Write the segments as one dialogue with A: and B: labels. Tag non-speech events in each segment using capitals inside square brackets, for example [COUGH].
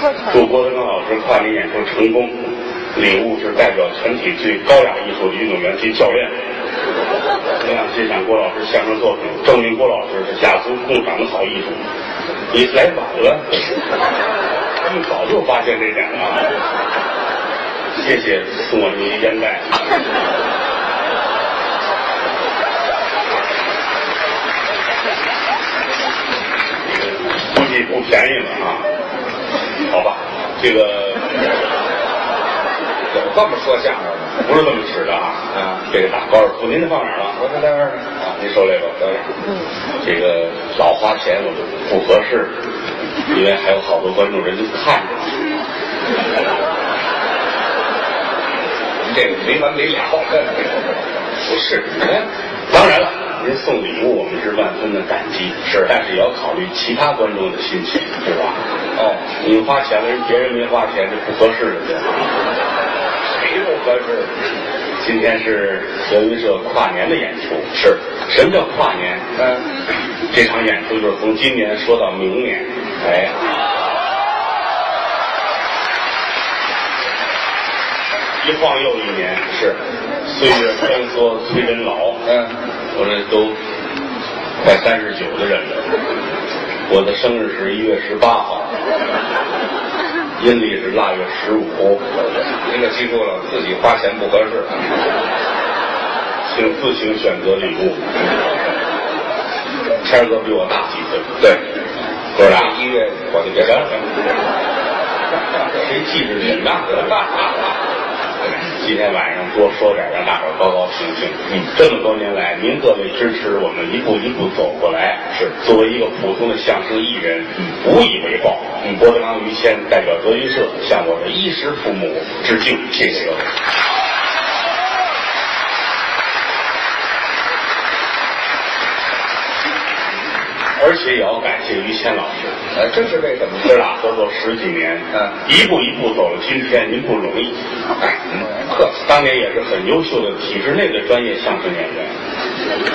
A: 客串
B: 祝郭德纲老师跨年演出成功，礼物是代表全体最高雅艺术的运动员及教练。同样欣赏郭老师相声作品，证明郭老师是雅俗共赏的好艺术。你来晚了，他们早就发现这点了啊。谢谢送我这一烟袋。估计不便宜了啊，好吧，这
C: [LAUGHS]
B: 个
C: 有这么说相声的？
B: 不是这么吃的啊。
C: 啊
B: 这个打高尔夫，您这放哪儿了？
C: 我在那儿呢，
B: 啊，您受累吧，表演。这个老花钱我就不合适，因为还有好多观众人就看着。
C: 您这个没完没了。
B: 不是，当然了，您送礼物我们是万分的感激，
C: 是
B: 但是也要考虑其他观众的心情，对吧？
C: 哦，
B: 你花钱了，人别人没花钱，这不合适的。
C: 谁不合适？
B: 今天是德云社跨年的演出，
C: 是
B: 什么叫跨年？
C: 嗯，
B: 这场演出就是从今年说到明年，哎，一晃又一年，
C: 是，
B: 岁月穿梭催人老。
C: 嗯，
B: 我这都快三十九的人了，我的生日是一月十八号，阴历是腊月十五，
C: 您可记住了，自己花钱不合适。
B: 请自行选择礼物。谦儿哥比我大几岁，
C: 对，
B: 哥俩
C: 一月我就别
B: 别
C: 干
B: 干
C: 了。
B: 谁记着你呢？今天晚上多说点，让大伙儿高高兴兴。
C: 嗯
B: 这么多年来，您各位支持我们一步一步走过来，
C: 是
B: 作为一个普通的相声艺人，
C: 嗯
B: 无以为报。
C: 嗯
B: 郭德纲、于谦代表德云社向我的衣食父母致敬，谢谢各位。而且也要感谢于谦老师，
C: 哎，这是为什么？
B: 哥俩合作十几年，
C: 嗯
B: 一步一步走了今天，您不容易。嗯
C: 哎，您客气。
B: 当年也是很优秀的体制内的专业相声演员，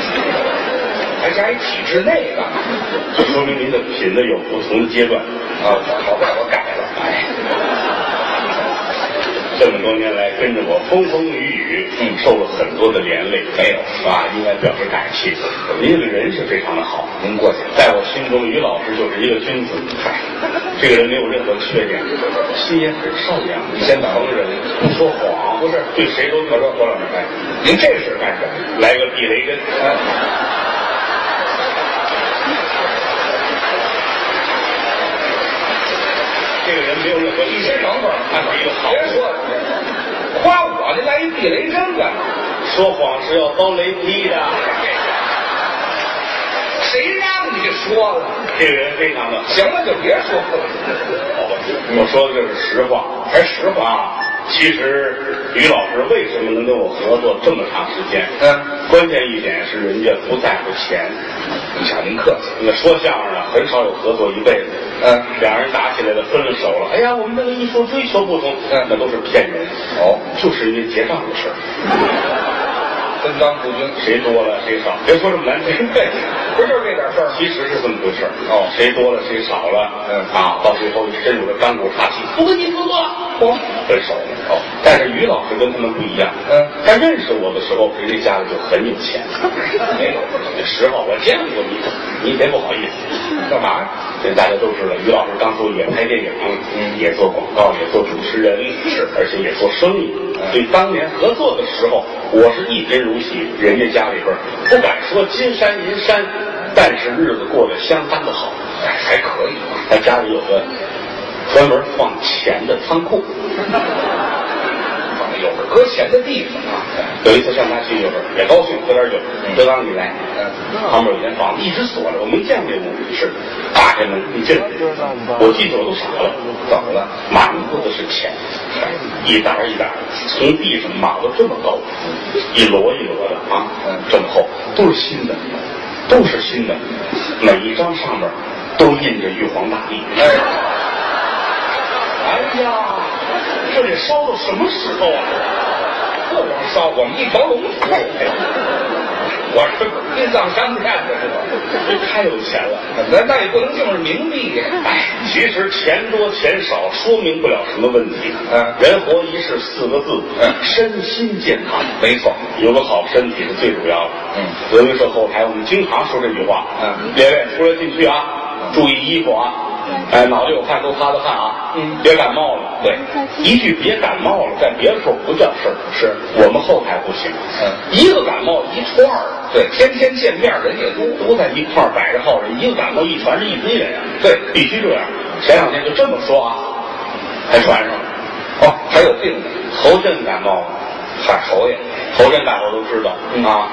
C: 还加一体制内的啊，
B: 这说明您的品德有不同的阶段。
C: 好在我改了。
B: 哎，这么多年来跟着我风风雨雨，
C: 嗯
B: 受了很多的连累，
C: 没有
B: 啊，应该表示感谢。您这个人是非常的好，
C: 您过去
B: 在我心中，于老师就是一个君
C: [LAUGHS]
B: 子。嗨，这个人没有任何缺点，心也很善良，先疼人，不说谎，
C: 不是
B: 对谁都
C: 我说郭老师，哎，您这是干什么？
B: 来个地雷针。
C: 哎，
B: 这个人没有任何
C: 你先等会儿，
B: 他是一个好
C: 别
B: 人。
C: 说了，夸我您来一地雷针干嘛？
B: 说谎是要遭雷劈
C: [LAUGHS]
B: 的。
C: 谁让你说了？
B: 这个人非常的
C: 行了，就别说了。
B: 好，我说的这是实话，还实话啊。其实于老师为什么能跟我合作这么长时间？
C: 嗯，
B: 关键一点是人家不在乎钱。
C: 你瞧您客气。
B: 那说相声的啊很少有合作一辈子。
C: 嗯
B: 两人打起来了，分了手了。哎呀，我们这个艺术追求不同，
C: 嗯
B: 那都是骗人。
C: 哦，
B: 就是因为结账的事儿，
C: 分赃不均。
B: 谁多了谁少，别说这么难听。
C: [LAUGHS] 不就是这点事儿吗？
B: 其实是这么回事儿
C: 哦
B: 谁多了谁少了，
C: 嗯
B: 啊，到最后真有的干股岔气，不跟你合作了，
C: 哦
B: 分手了。哦，但是于老师跟他们不一样，
C: 嗯
B: 他呃认识我的时候，人家家里就很有钱，没有十号我见过你，你别不好意思。
C: 干嘛呀？
B: 这大家都知道，于老师当初也拍电影，
C: 嗯
B: 也做广告，也做主持人，
C: 是
B: 而且也做生意。
C: 嗯
B: 所以当年合作的时候，我是一贫如洗，人家家里边儿不敢说金山银山，但是日子过得相当的好。
C: 哎还可以吧。
B: 他家里有个专门放钱的仓库。
C: 有个搁钱的地方啊。
B: 有一次上他去一会儿，也高兴，喝点酒。德刚，你来。
C: 嗯
B: 旁边有间房子，一直锁着，我没见过这屋。是，打开门一进来，我记得我都傻了，
C: 怎么了？
B: 满屋子是钱，一沓一沓，从地上码到这么高，一摞一摞的啊
C: 嗯，
B: 这么厚，都是新的，都是新的，每一张上面都印着玉皇大帝。
C: 哎，
B: 哎呀， [LAUGHS] 这得烧到什么时候啊？ [LAUGHS]
C: 不光烧，我们一条龙服务。我是殡葬商店的，是吧
B: 这太有钱了。
C: 那那也不能净是冥币呀。
B: 哎，其实钱多钱少说明不了什么问题。
C: 嗯
B: 人活一世四个字，
C: 嗯
B: 身心健康，
C: 没错，
B: 有个好身体是最主要的。
C: 嗯，
B: 文明社后台我们经常说这句话。
C: 嗯
B: 列位出来进去啊，注意衣服啊。哎，脑袋有汗都擦擦汗啊，
C: 嗯
B: 别感冒了。对，一句别感冒了，在别的时候不叫事儿，
C: 是
B: 我们后台不行。
C: 嗯
B: 一个感冒一串儿，
C: 对，天天见面人也多。
B: 都在一块儿摆着号人，一个感冒一传是一堆人啊。
C: 对
B: 必须这样。前两天就这么说啊，还传上了。
C: 哦，还有病呢，
B: 侯震感冒了，
C: 喊侯爷。
B: 侯震大伙都知道、
C: 嗯
B: 啊。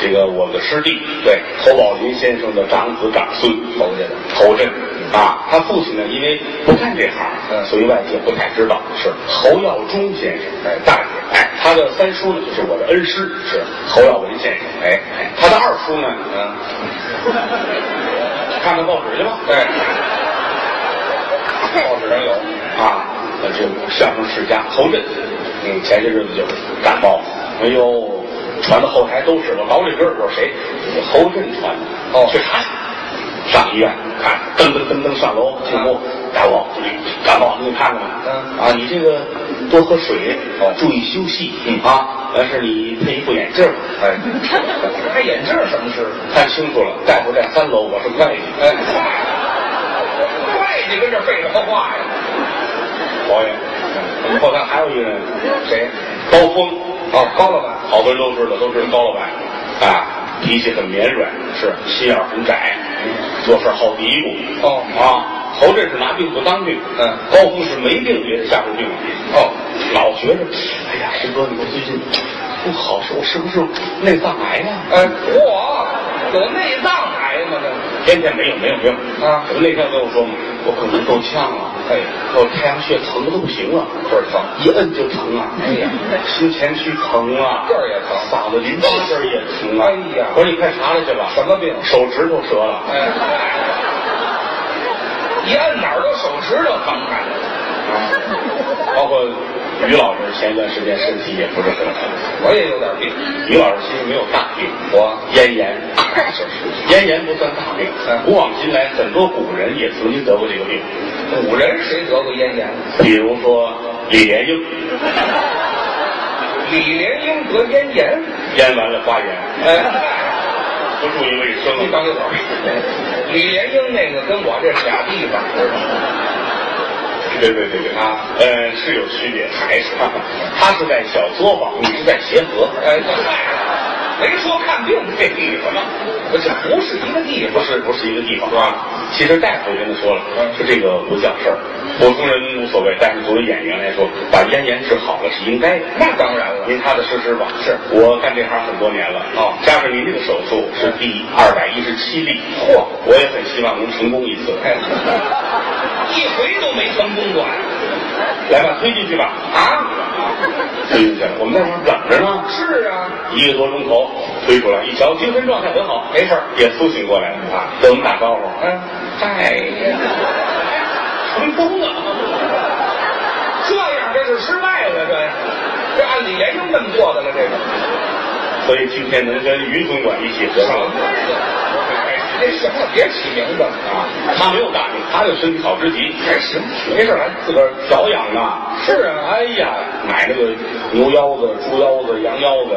B: 这个我们的师弟，
C: 对
B: 侯宝林先生的长子长孙
C: 侯家的
B: 侯震啊，他父亲呢，因为不干这行，
C: 嗯
B: 所以外界不太知道。
C: 是
B: 侯耀中先生，
C: 哎
B: 大姐，哎，他的三叔呢就是我的恩师，是侯耀文先生，
C: 哎
B: 哎，他的二叔呢，
C: 嗯，
B: 看看报纸去吧，
C: 对，报纸上有。
B: 啊，那这个相声世家侯震，嗯，前些日子就感冒了，哎呦，传到后台都是，我脑里边我说谁，侯震传的，
C: 哦
B: 去查去，上医院看，噔噔噔噔上楼进屋，感冒，感冒，你给看看吧，
C: 嗯
B: 啊，你这个多喝水，
C: 哦
B: 注意休息，
C: 嗯
B: 啊，完事儿你配一副眼镜儿，
C: 哎，还眼镜儿什么事？
B: 看清楚了，大夫在三楼，我是外地，
C: 哎，会计跟这废什么话呀？
B: 导演，我们后台还有一个人，
C: 谁？
B: 高峰，
C: 哦，高老板。
B: 好多人都知道，都知道高老板啊，脾气很绵软，是心眼儿很窄，做事好嘀咕。
C: 哦
B: 啊，侯震是拿病不当病，
C: 嗯
B: 高峰是没病也得吓出病来。
C: 哦，
B: 老觉着，哎呀，师哥，你说最近不好受，我是不是内脏癌啊呀、
C: 哎，我有内脏癌吗？这
B: 天天没有没有没有
C: 啊
B: 我那天跟我说嘛，我可能够呛了，
C: 哎
B: 我太阳穴疼的都不行了，
C: 倍儿疼
B: 一摁就疼 [LAUGHS] 啊，
C: 哎呀，
B: 心前区疼啊，
C: 这儿也疼
B: 嗓子淋巴这儿也疼啊，
C: 哎呀
B: 我说你快查查去吧，
C: 什么病
B: 手指头折了，
C: 哎， [LAUGHS] 一按哪儿都手指头疼啊！
B: 包括于老师前一段时间身体也不是很好，
C: 我也有点病，
B: 于老师其实没有大病，
C: 我
B: 咽炎，咽炎不算大病
C: 嗯，
B: 古往今来很多古人也曾经得过这个病，
C: 古人谁得过咽炎？
B: 比如说李莲英。
C: 李莲英得咽炎，
B: 腌完了发炎，
C: 哎，
B: 不注意卫生
C: 你等一会儿，李莲英那个跟我这是俩地方，知道吗？
B: [LAUGHS] 对对对对
C: 啊
B: 呃，是有区别，还是他是在小作坊，你是在协和，
C: 哎，没说看病这地方，我这不是一个地
B: 不
C: 方，
B: 是不是一个地方啊
C: 是吧？
B: 其实大夫跟他说了，
C: 嗯
B: 说这个不叫事儿，普通人无所谓，但是作为演员来说，把咽炎治好了是应该的。
C: 那当然了，
B: 您踏踏实实吧。
C: 是
B: 我干这行很多年了。
C: 哦
B: 加上您这个手术是第二百一十七例，
C: 嚯
B: 我也很希望能成功一次。
C: 哎，一回都没成功过
B: 来吧，推进去吧，
C: 啊！
B: 推进去了，我们在这儿等着呢。
C: 是啊，
B: 一个多钟头推出来，一瞧精神状态很好，
C: 没事儿
B: 也苏醒过来了
C: 啊
B: 跟我们打招呼，
C: 嗯，哎呀，
B: 成功了。
C: 这样这是失败了，这这按李连英这么做的了，这个
B: 所以今天能跟于总管一起合作，
C: 哎这什么别起名字啊？
B: 他没有大病，他就身体好之极，
C: 还行，
B: 没事儿，咱自个儿调养呢。
C: 是啊，
B: 哎呀，买那个牛腰子、猪腰子、羊腰子，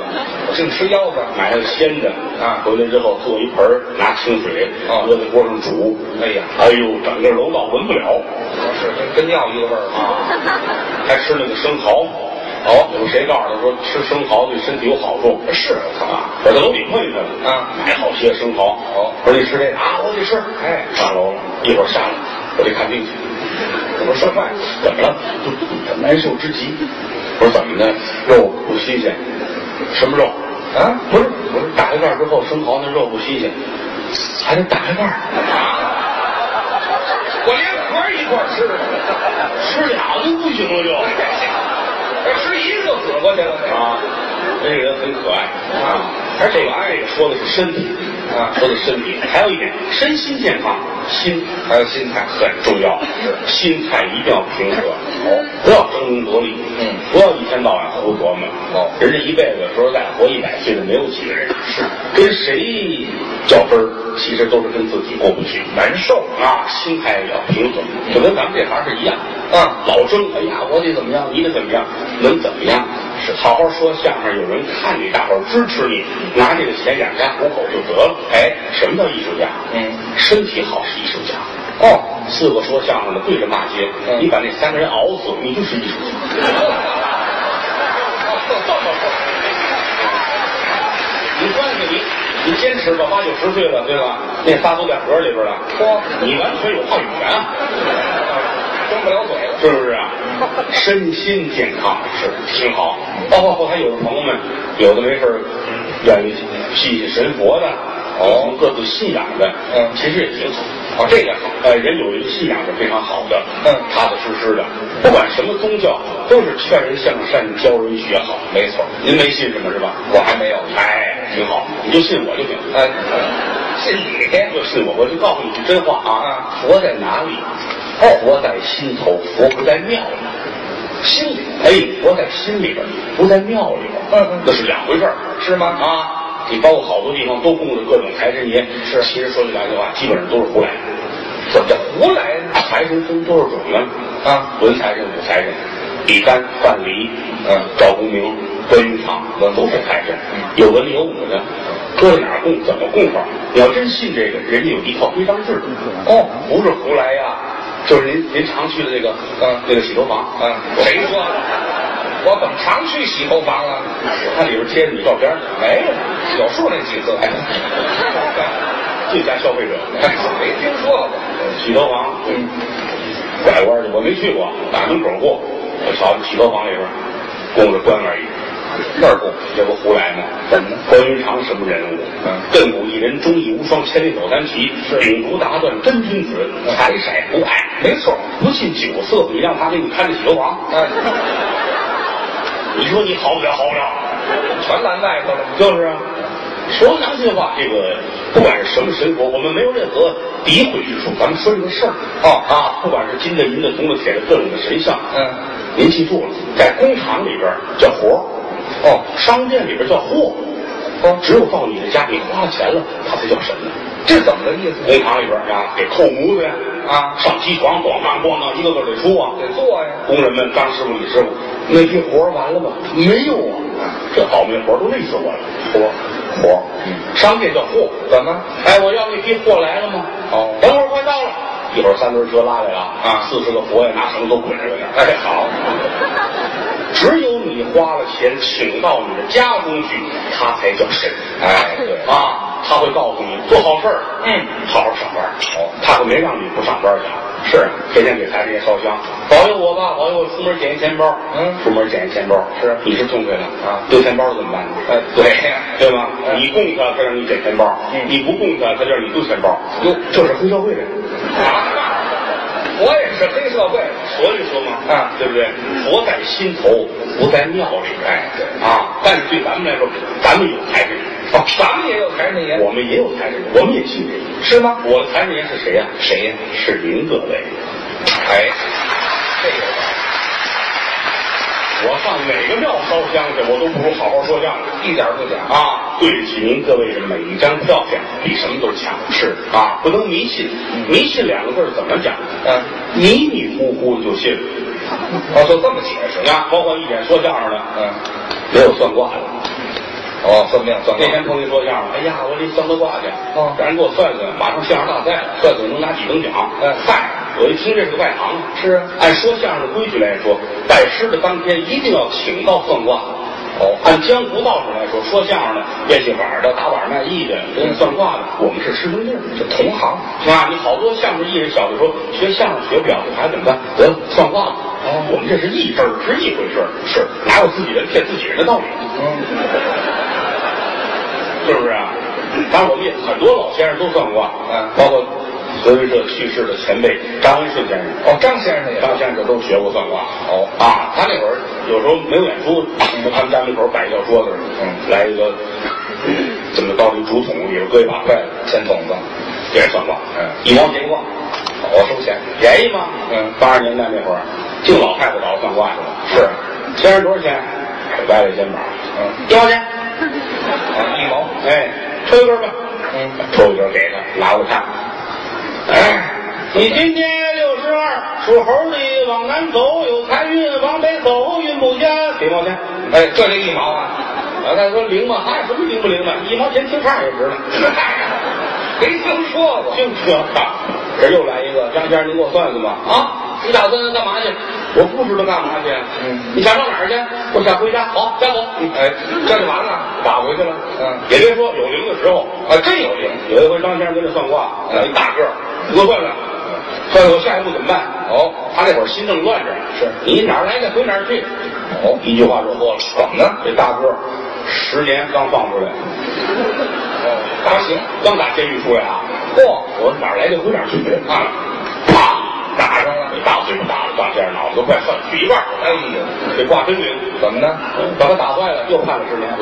C: 我净吃腰子，
B: 买那个鲜的
C: 啊
B: 回来之后做一盆儿，拿清水
C: 哦
B: 搁在锅上煮。
C: 哎呀
B: 哎呦，整个楼道闻不了。
C: 我是跟跟尿一个味儿啊！
B: 还吃那个生蚝。哦，有谁告诉他说吃生蚝对身体有好处？
C: 是
B: 啊，我到楼底碰见他了
C: 啊
B: 买好些生蚝。
C: 哦
B: 我说你吃这个啊，我得吃。
C: 哎
B: 上楼了，一会儿下来，我得看病去。我说什么？怎么了？就难受之极。我说怎么的？肉不新鲜。什么肉？
C: 啊，
B: 不是，我说打开盖儿之后，生蚝那肉不新鲜，啊还得打开盖儿。
C: 我连壳儿一块儿吃了，
B: 吃俩就不行了就。
C: 哎吃一个就死过去了，这
B: 啊，那个人很可爱啊而这个爱说的是身体
C: 啊
B: 说的是身体，还有一点身心健康。心
C: 还有心态，
B: 很重要，心态一定要平和，不要争名夺利，
C: 哦嗯
B: 不要一天到晚胡琢磨。啊
C: 哦
B: 人这一辈子说实在活一百岁的没有几个人
C: 是
B: 跟谁较真儿，其实都是跟自己过不去。
C: 难受
B: 啊，心态要平和，就跟咱们这行是一样。
C: 啊，
B: 老争，哎呀，我得怎么样，你得怎么样，能怎么样？是好好说相声，有人看你，大伙儿支持你，拿这个钱养家糊口就得了。哎，什么叫艺术家？
C: 嗯
B: 身体好是艺术家。
C: 哦，
B: 四个说相声的对着骂街，
C: 嗯
B: 你把那三个人熬死，你就是艺术家。你关系你，你坚持到八九十岁了，对吧？那仨都在盒里边了，
C: 嚯
B: 你完全有话语权啊，
C: 张不了嘴了，
B: 是不是啊？身心健康是挺好，包括后台有的朋友们，有的没事儿嗯愿意信信神佛的，
C: 哦
B: 有各自信仰的，
C: 嗯
B: 其实也挺好。
C: 哦，这个好，
B: 呃，人有一个信仰是非常好的，
C: 嗯
B: 踏踏实实的，不管什么宗教，都是劝人向善，教人学好。
C: 没错，
B: 您没信什么是吧？
C: 我还没有
B: 哎，挺好，你就信我就行。
C: 哎，信你，
B: 就信我，我就告诉你句真话啊！佛在哪里？
C: 哦
B: 佛在心头，佛不在庙里。
C: 心里
B: 哎，佛在心里边，不在庙里边，
C: 嗯嗯
B: 那是两回事儿。
C: 是吗？
B: 啊。你包括好多地方都供着各种财神爷，
C: 是
B: 其实说句良心话，基本上都是胡来的。
C: 怎么叫胡来呢？
B: 财神分多少种呢？
C: 啊，
B: 文财神、武财神、李丹、范蠡，
C: 嗯
B: 赵公明、关云长，那都是财神，
C: 嗯
B: 有文有武的，搁在哪儿供，怎么供法？你要真信这个，人家有一套规章制度，
C: 哦，
B: 不是胡来呀。就是您您常去的这个，
C: 嗯
B: 那个洗头房，
C: 嗯，谁说的？我怎么常去洗头房啊？
B: 我看里边贴着你照片，
C: 没有，有数那几次，哎，
B: 最佳消费者，
C: 没听说过。
B: 洗头房，
C: 嗯，
B: 拐弯去，我没去过，打门口过，我瞧洗头房里边供着关二爷，
C: 那儿不，
B: 这不胡来吗？
C: 怎么呢
B: 关云长什么人物？
C: 嗯
B: 亘古一人，忠义无双，千里走单骑，
C: 是
B: 秉烛大断，真君子，
C: 嗯
B: 财色不爱，
C: 没错。
B: 不近酒色，你让他给你看着洗头房，
C: 哎，
B: 你说你好不了，好不了。
C: 全拦外头了。
B: 就是啊，说良心话，这个不管是什么神佛，我们没有任何诋毁之处，咱们说这个事儿。
C: 哦
B: 啊，不管是金的、银的、铜的、铁的，各种的神像，
C: 嗯，
B: 您记住了，在工厂里边叫活，
C: 哦，
B: 商店里边叫货，
C: 哦，
B: 只有到你的家，你花了钱了，它才叫神呢。
C: 这怎么个意思？
B: 工厂里边啊，给扣模子呀，
C: 啊
B: 上机床咣当咣当，一个个得出啊。
C: 得做呀。
B: 工人们，张师傅、李师傅，那批活儿完了吗？没有啊，这倒霉活儿都累死我了。活活，嗯，商店叫货。
C: 怎么？
B: 哎，我要那批货来了吗？
C: 哦
B: 等会儿快到了。一会儿三轮车拉来了
C: 啊
B: 四十个活呀，拿绳子都捆上了。
C: 哎
B: 好，只有你花了钱请到你的家中去，他才叫神。
C: 哎，对，
B: 啊，他会告诉你做好事儿，
C: 嗯
B: 好好上班儿。
C: 哦
B: 他可没让你不上班儿去啊。是，天天给财神爷烧香，保佑我吧，保佑我出门捡一钱包。
C: 嗯
B: 出门捡一钱包，
C: 是
B: 你是痛快了
C: 啊
B: 丢钱包了怎么办呢？
C: 哎对呀
B: 呃对吧？
C: 嗯
B: 你供他，他让你捡钱包；
C: 嗯
B: 你不供他，他就让你丢钱包。
C: 哟
B: 这是黑社会 [LAUGHS] 人。
C: 我也是黑社会。
B: 所以说嘛，
C: 啊
B: 对不对？佛在心头，不在庙里。
C: 哎对
B: 啊，但是对咱们来说，咱们有财神，
C: 哦，咱们也有财神爷，
B: 我们也有财神，我们也信这个。
C: 是吗？
B: 我的财神爷是谁呀、
C: 谁呀？
B: 是您各位。
C: 哎，这个
B: 我上哪个庙烧香去，我都不如好好说相声
C: 一点儿不假啊。
B: 啊！对得起您各位的每一张票票，比什么都强。是啊，不能迷信。迷信两个字儿怎么讲？
C: 嗯，
B: 迷迷糊糊的就信。
C: 哦，就这么解释。
B: 啊，包括一点说相声的，
C: 嗯，
B: 没有算卦的。
C: 哦，算命算
B: 那
C: 命。
B: 天碰一说相声，哎呀，我得算个卦去，
C: 哦
B: 让人给我算算，马上相声大赛了，算算能拿几等奖。
C: 嗯
B: 嗨，我一听这是个外行，
C: 是啊
B: 按说相声的规矩来说，拜师的当天一定要请到算卦。
C: 哦
B: 按江湖道上来说，说相声的、练戏法的、打板卖艺的、跟算卦的，我们是师兄弟儿，
C: 这嗯同行
B: 啊，你好多相声艺人小的时候学相声学不了，这孩子怎么办？得了算卦吧。
C: 哦
B: 我们这是一本儿是一回事儿，是哪有自己人骗自己人的道理？
C: 嗯，
B: 是不是啊？当然，我们也很多老先生都算卦，
C: 嗯
B: 包括德云社去世的前辈张文顺先生，
C: 哦，张先生也
B: 张先生这都学过算卦。
C: 哦
B: 啊，他那会儿有时候没有演出，他们家门口摆一条桌子，
C: 嗯
B: 嗯来一个，怎么到那竹筒里边搁一把筷子，
C: 对，钱筒子。哦
B: 也是算卦，
C: 嗯
B: 一毛钱一卦，我收钱，便宜吗？
C: 嗯
B: 八十年代那会儿，净老太太找我算卦去了，
C: 是
B: 先生多少钱？我掰了肩膀，
C: 嗯
B: 一毛钱，
C: 一毛，
B: 哎，抽一根吧，
C: 嗯，
B: 抽一根给他，拿过看，哎，你今年六十二，属猴的，往南走有财运，往北走运不佳，给毛钱。
C: 哎，这就一毛啊，
B: 老太太说灵吗？哎，什么灵不灵的？一毛钱听唱也值了。 [LAUGHS]
C: 没听说过
B: 净这，这又来一个，张先生，您给我算算吧。
C: 啊？
B: 你打算干嘛去？我不知道干嘛去。
C: 嗯
B: 你想上哪儿去？我想回家。嗯好，加走。
C: 哎，这就完了
B: 打回去了。
C: 嗯
B: 也别说有灵的时候，
C: 啊，真有灵
B: 有一回张先生跟这算卦，
C: 嗯
B: 一大个儿，给我算算，算算我下一步怎么办？
C: 哦
B: 他那会儿心正乱着，
C: 是
B: 你哪儿来的回哪儿去。
C: 哦
B: 一句话说破了，
C: 怎么呢
B: 这大个儿十年刚放出来，
C: 哦，还行，
B: 刚打监狱出来啊。
C: 嚯，
B: 我哪儿来的回哪儿去
C: 啊！
B: 啪，打上了，这大嘴巴打了，大这样脑子都快算去一半儿。
C: 哎呀，
B: 这卦真灵，
C: 怎么呢？哎
B: 把他打坏了，又判了十年。 [LAUGHS]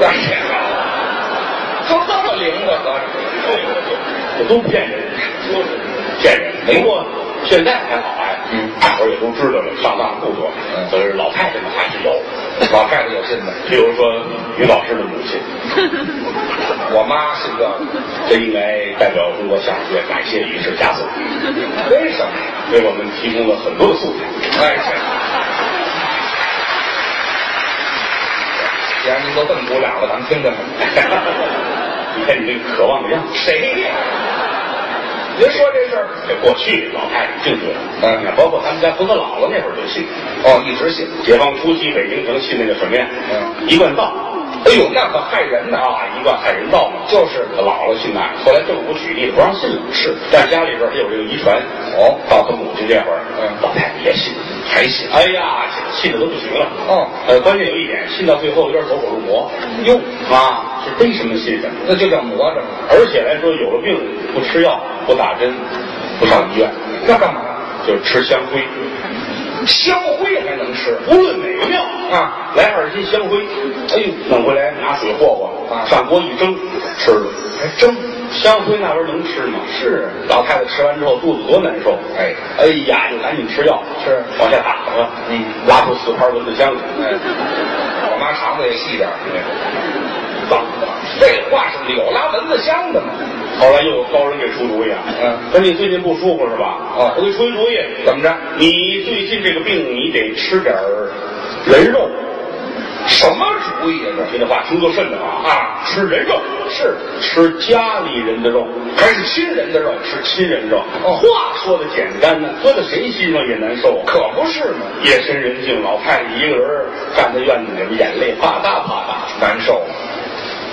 C: 就这么灵的，合着
B: 这都骗人，骗人。不过现在还好哎，
C: 嗯
B: 大伙儿也都知道了，上当不多。
C: 嗯
B: 所以老太太们还是有，
C: 老太太有信的，
B: 比如说于老师的母亲，
C: 我妈信这个，
B: 这应该代表中国相声界感谢于氏家族，
C: 为什么呀？
B: 为我们提供了很多的素材。
C: 哎，是。既然您都这么不了了，咱们听听吧。 [LAUGHS]
B: 你看你这个渴望的样子。
C: 谁呀？您说这事儿？
B: 这过去老太太净这，
C: 嗯
B: 包括他们家婆婆姥姥那会儿就信。
C: 哦，一直信。
B: 解放初期，北京城信那个什么呀？
C: 嗯
B: 一贯道。
C: 哎呦，那可害人呐！
B: 啊，一贯害人道嘛，
C: 就是
B: 他姥姥信那个，后来政府取缔了，不让信了。是，但家里边儿也有这个遗传。
C: 哦
B: 到他母亲这会儿，
C: 嗯
B: 老太太也信，还信。哎呀，信的都不行了。
C: 哦
B: 呃，关键有一点，信到最后有点走火入魔。
C: 哟，
B: 啊，是背什么信什么，
C: 那就叫魔怔了。
B: 而且来说有了病不吃药不打针不上医院，
C: 那干嘛？
B: 就是吃香灰。
C: 香灰还能吃？
B: 无论哪个庙
C: 啊，
B: 来二斤香灰，哎呦，弄回来拿水和和，
C: 啊
B: 上锅一蒸，吃了。
C: 还蒸？
B: 香灰那玩意儿能吃吗？
C: 是
B: 老太太吃完之后肚子多难受，
C: 哎
B: 哎呀，就赶紧吃药，
C: 是
B: 往下打吧，
C: 嗯
B: 拉出四盘蚊子香去，
C: 哎，我妈肠子也细点儿。
B: 脏。
C: 废话是有拉蚊子香的吗？
B: 后来又有高人给出主意啊，
C: 嗯
B: 说你最近不舒服是吧？
C: 哦
B: 我给你出一主意，
C: 怎么着？
B: 你最近这个病，你得吃点儿人肉。
C: 什么主意啊？
B: 这话听作甚的啊
C: 啊
B: 吃人肉
C: 这是
B: 吃家里人的肉，
C: 还是亲人的肉？
B: 吃亲人肉。
C: 哦
B: 话说的简单呢，搁在谁心上也难受啊。
C: 可不是嘛，
B: 夜深人静，老太太一个人儿站在院子里边，眼泪啪嗒啪嗒。
C: 难受。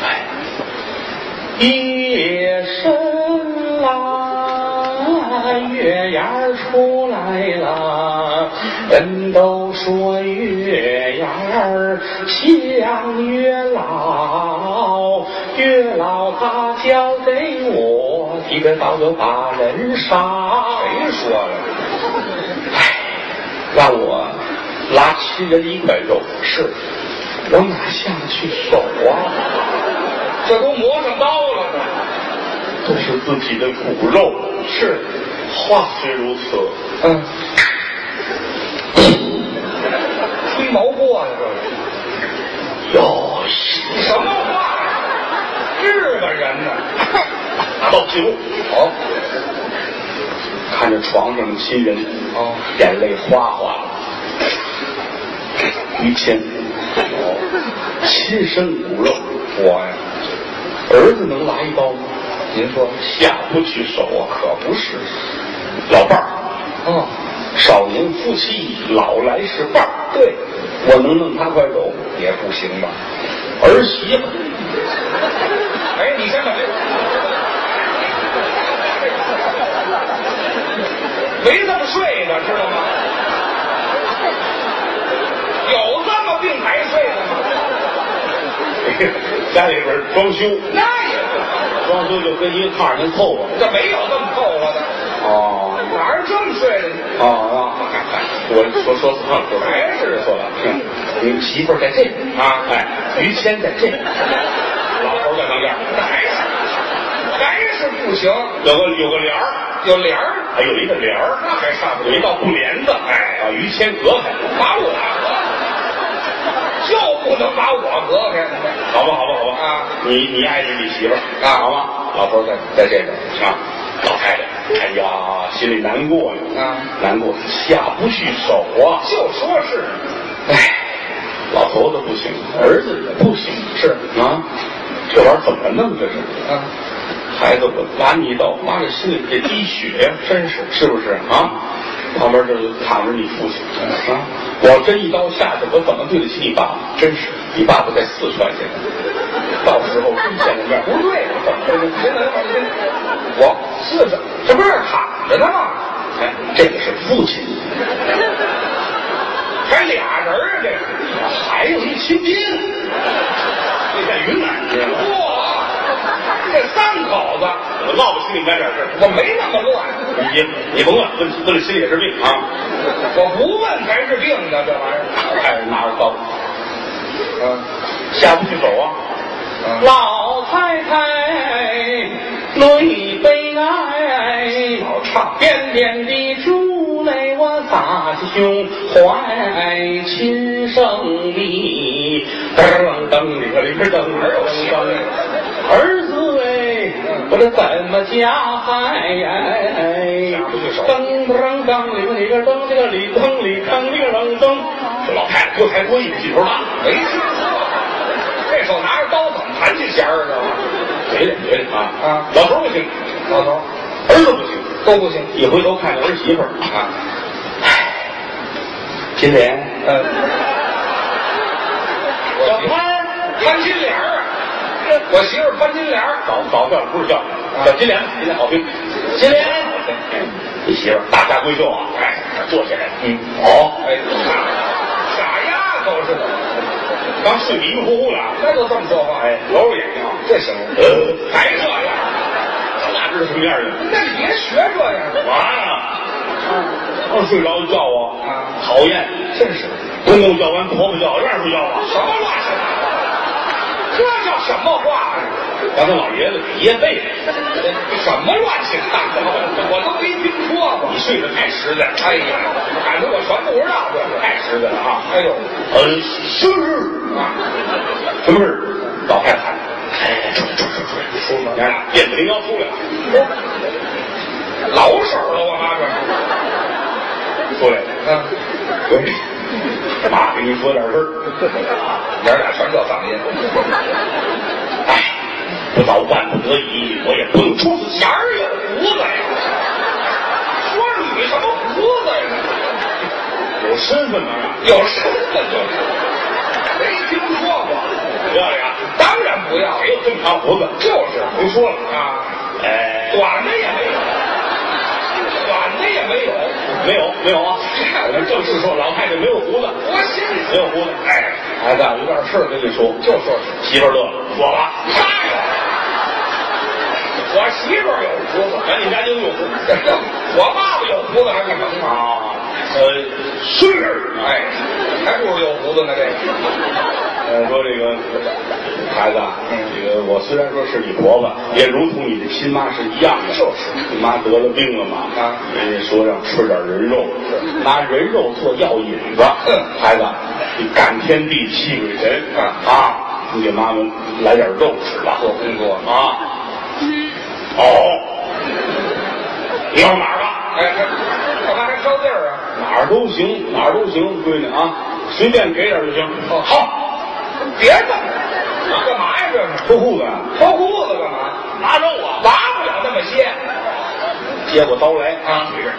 B: 哎，夜深啦，月牙儿出来啦，人都说月牙儿像月老，月老他交给我一根刀就把人杀。
C: 谁说了？
B: 让我拉亲人一块肉，是我哪下得去手啊？
C: 这都磨上刀了呢。
B: 都是自己的骨肉。是，话虽如此，
C: 嗯，吹毛过呀，这
B: 要是
C: 是什么话呀？日本人呢？
B: 拿到酒，
C: 哦
B: 看着床上的亲人，
C: 哦，
B: 眼泪哗哗于谦，哦，亲生骨肉，
C: 我呀，
B: 儿子能拉一刀吗？
C: 您说
B: 下不去手啊，
C: 可不是。
B: 老伴儿。
C: 哦，
B: 少年夫妻老来是伴儿，
C: 对，
B: 我能弄他块肉。
C: 也不行吧？
B: 儿媳妇，
C: 哎，你先把这。没这么睡的，知道吗？有这么病还睡的吗？
B: [LAUGHS] 家里边装修，
C: 那也
B: 装修就跟一个炕上先凑合。
C: 不，这没有这么凑合的，
B: 哦
C: 哪儿这么睡的呢？
B: 哦哦，我说说错了，说错了
C: 还是
B: 错了。嗯你媳妇儿在这边啊，哎，于谦在这边，老头儿在旁边。
C: 哪儿还是不行，
B: 有个有个帘儿，哎
C: 有帘儿，
B: 还有一个帘儿，
C: 那还差不
B: 有
C: 多
B: 一。道布帘子，哎，啊，于谦隔开，
C: 把我隔，就不能把我隔开。
B: 好吧，好吧，好吧，
C: 啊
B: 你你爱你你媳妇儿，
C: 啊
B: 好吗？老头儿在在这边啊，老太太，哎呀，心里难过呀，
C: 啊
B: 难过，下不去手啊，
C: 就说是
B: 哎，老头子不行，儿子也不行，
C: 是
B: 啊，这玩意儿怎么弄这是？
C: 啊，
B: 孩子，我拉你一刀，妈这心里这滴血呀，真是是不是啊？旁边这就躺着你父亲啊，我要真一刀下去，我怎么对得起你爸爸？真是，你爸爸在四川现在，到时候真见了面，
C: 不对，啊
B: 怎么
C: 您您您，
B: 我
C: 四十，这不是躺着呢吗？
B: 哎，这个是父亲，
C: 还俩人儿啊，这个。
B: 还有一亲爹，那在云南，你知道吗？
C: 哇，这三口子，
B: 我落到心里干点事儿，
C: 我没那么乱，
B: 你你甭管，问问了心里也是病啊！
C: 我不问才是病呢，这玩意儿。
B: 哎，拿着刀，
C: 嗯、
B: 下不去手啊！
C: 嗯
B: 老太太泪悲哀，
C: 老唱
B: 点点的珠泪我洒下胸怀，亲生的噔噔里个里个噔噔噔，儿子哎，我这怎么加害呀？
C: 下不去手
B: 噔噔噔里个里个噔里个里噔里噔里个噔噔，这老太太多才多艺，劲头大。
C: 没听说，这手拿着刀怎么弹琴弦儿啊？
B: 嘴脸嘴脸啊
C: 啊
B: 老头儿不行，
C: 这老头
B: 儿子不行，
C: 都不行
B: 一回头看着儿媳妇儿，
C: 啊。
B: 金莲，
C: 嗯，
B: 小
C: 我
B: 潘，
C: 潘金莲儿啊，我媳妇儿潘金莲儿，
B: 搞搞笑不是笑，小金莲，金莲好听，金莲，你媳妇儿大家闺秀啊，哎，坐起来，嗯，好，
C: 哎，傻丫头似的，
B: 刚睡迷迷糊糊的啊，
C: 那就这么说话
B: 哎，揉揉眼睛啊，
C: 这行。
B: 呃，
C: 还
B: 还
C: 这
B: 这，
C: 样？
B: 咱俩知道什么样的？
C: 那你别学这样的。
B: 我啊，刚睡着觉啊，
C: 啊
B: 讨厌，
C: 真是
B: 公公叫完，婆婆叫，外边不叫啊，
C: 什么乱七八糟，这叫什么话呀？
B: 把他老爷子给噎背了。
C: 什么乱七八糟，我都没听说过
B: 你。睡得太实在了，
C: 哎呀，感觉我全不知道这个。
B: 太实在了啊！
C: 哎呦，
B: 呃，是什么事儿？老太太喊，哎，出来出来出来，
C: 出门
B: 你看电子铃铛出来了，
C: 老手了，我妈这。
B: 出来了，
C: 嗯，
B: 喂，妈跟您说点事儿，
C: 娘俩全这嗓音，
B: 哎，不到万不得已，我也不能出此下。
C: 哪儿有胡子呀？说你什么胡子呀？
B: 有身份吗？
C: 有身份就是，没听说过。
B: 不要脸，
C: 当然不要，
B: 谁有这么长胡子？
C: 哎就是
B: 甭说了，
C: 啊，
B: 哎，
C: 短的也没有，短的也没有。
B: 没有没有啊，我们正式说，老太太没有胡子，
C: 我心里
B: 没有胡子。哎，孩子啊，有点事儿跟你说，
C: 就说是，
B: 媳妇儿乐了，我吧。
C: 哎呀，我媳妇儿有胡子，
B: 咱你家就有
C: 我爸爸有胡子还不成吗？
B: 啊，呃，是，
C: 哎，还不如有胡子呢这个。
B: 呃，说这个孩子啊，
C: 嗯
B: 这个我虽然说是你婆婆，也如同你的亲妈是一样的，
C: 就是
B: 你妈得了病了嘛，
C: 啊
B: 人家说让吃点人肉，拿人肉做药引子，
C: 嗯
B: 孩子，你感天地泣鬼神
C: 啊
B: 啊，你给妈妈来点肉吃吧，
C: 做工作
B: 啊，
C: 嗯
B: 哦，你要哪儿吧？
C: 哎，还干嘛还挑地儿啊？
B: 哪儿都行，哪儿都行，闺女啊，随便给点儿就行。
C: 哦
B: 好，
C: 别的，干嘛呀这是？
B: 脱裤子啊，
C: 挑胡子干嘛？
B: 拿肉啊，
C: 拔不了那么些。
B: 接过刀来
C: 啊
B: 这边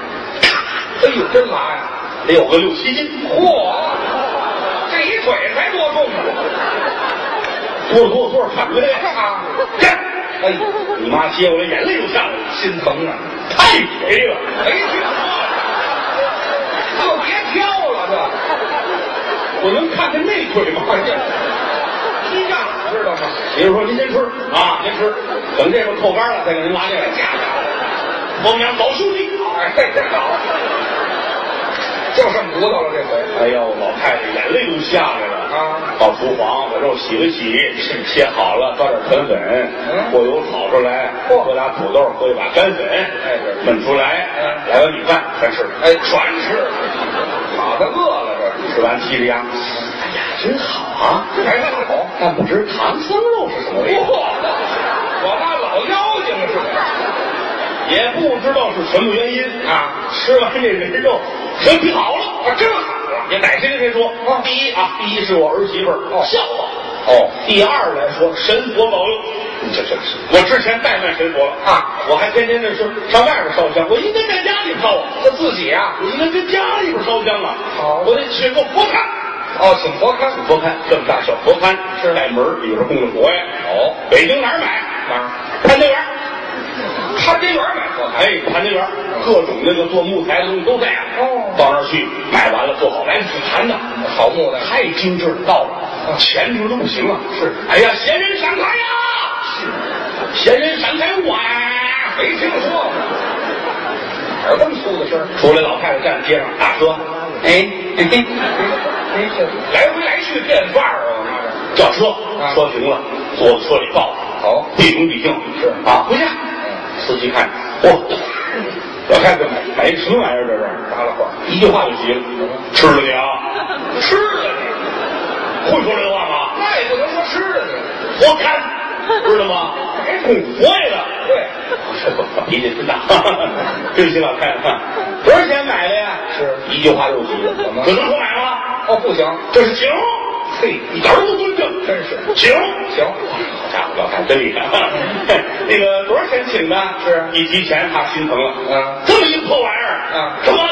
C: 哎呦，真拔呀！
B: 得有个六七斤，
C: 嚯，这一腿才多重啊！
B: 多多多少看不见。
C: 啊，
B: 干
C: 哎呦，
B: 你妈接过来，眼泪就下来了，
C: 心疼啊！
B: 太肥了。
C: 没听说过，就别挑了
B: 我能看见内腿吗
C: 这，？哎呀，低杠知道吗？
B: 媳妇说：“您先吃啊，您吃，等这边扣干了再给您拿这
C: 这
B: 个。
C: 家
B: 我
C: 伙，”
B: 们俩老兄弟。
C: 哎，这好，就剩骨头了这回。
B: 哎呦，老太太眼泪都下来了。
C: 啊
B: 到厨房把肉洗了洗，切好了，倒点粉粉
C: 嗯，
B: 过油炒出来，
C: 嚯
B: 搁俩土豆，搁一把干粉，
C: 哎是
B: 焖出来，
C: 嗯
B: 来碗米饭全吃了，
C: 哎
B: 全吃了，
C: 好的饿了
B: 吃完踢着牙，哎呀，真好啊！
C: 这，还上口。
B: 但不知糖香肉是什么味道，
C: 嚯，我妈老妖精似的。
B: 也不知道是什么原因
C: 啊
B: 吃完这人肉，身体好了，
C: 啊真好了
B: 也哪谁跟谁说？
C: 啊
B: 第一啊，第一是我儿媳妇儿、
C: 哦
B: 孝道。
C: 哦嗯
B: 第二来说，神佛保佑，你这真是。我之前怠慢神佛了
C: 啊，
B: 我还天天的说上外边烧香，我应该在家里烧啊，
C: 这自己啊，
B: 我应该跟家里边烧香啊。
C: 好
B: 我得选个佛龛，
C: 哦，请佛龛。
B: 佛龛这么大小佛龛，
C: 是啊
B: 带门儿里边供着佛呀。
C: 哦，
B: 北京哪儿买？
C: 哪儿？
B: 潘家园。
C: 潘家园买佛龛。
B: 哎，潘家园各种那个做木材的东西都在啊。
C: 哦
B: 到那儿去买完了做好，来紫檀的，
C: 好木的
B: 太精致了，到了
C: 嗯
B: 钱值的不行啊。
C: 是
B: 哎呀，闲人闪开呀！闲人闪开我呀！
C: 没听说过，哪儿这么粗的声儿？
B: 出来老太太站街上大哥，
C: 哎，嘿嘿，没事，来回来去变范儿啊，我妈这。
B: 叫车
C: 啊，
B: 车停了，坐在车里抱着，
C: 好
B: 毕恭毕敬
C: 是嗯
B: 啊，回家。司机看，哦嚯，老太太买买一什么玩意儿这是？
C: 撒了谎，
B: 一句话就急了，吃了你啊！
C: 吃了你，
B: 会说这话吗？
C: 那也不能说吃了你。
B: 活看，知道吗？供佛爷 [LAUGHS] 的。
C: 对，
B: 我脾气真大，对不起老太太，啊多少钱买的呀？
C: 是
B: 一句话就急了，
C: 怎么
B: 只能说买了，
C: 哦，不行，
B: 这是酒，
C: 嘿，
B: 一点儿都不尊重，
C: 真是
B: 酒。
C: 行，
B: 好家伙，老太太真厉害！ [LAUGHS] 那个多少钱请的？
C: 是
B: 一提钱，他心疼了。
C: 嗯
B: 这么一破玩意儿，
C: 嗯
B: 干嘛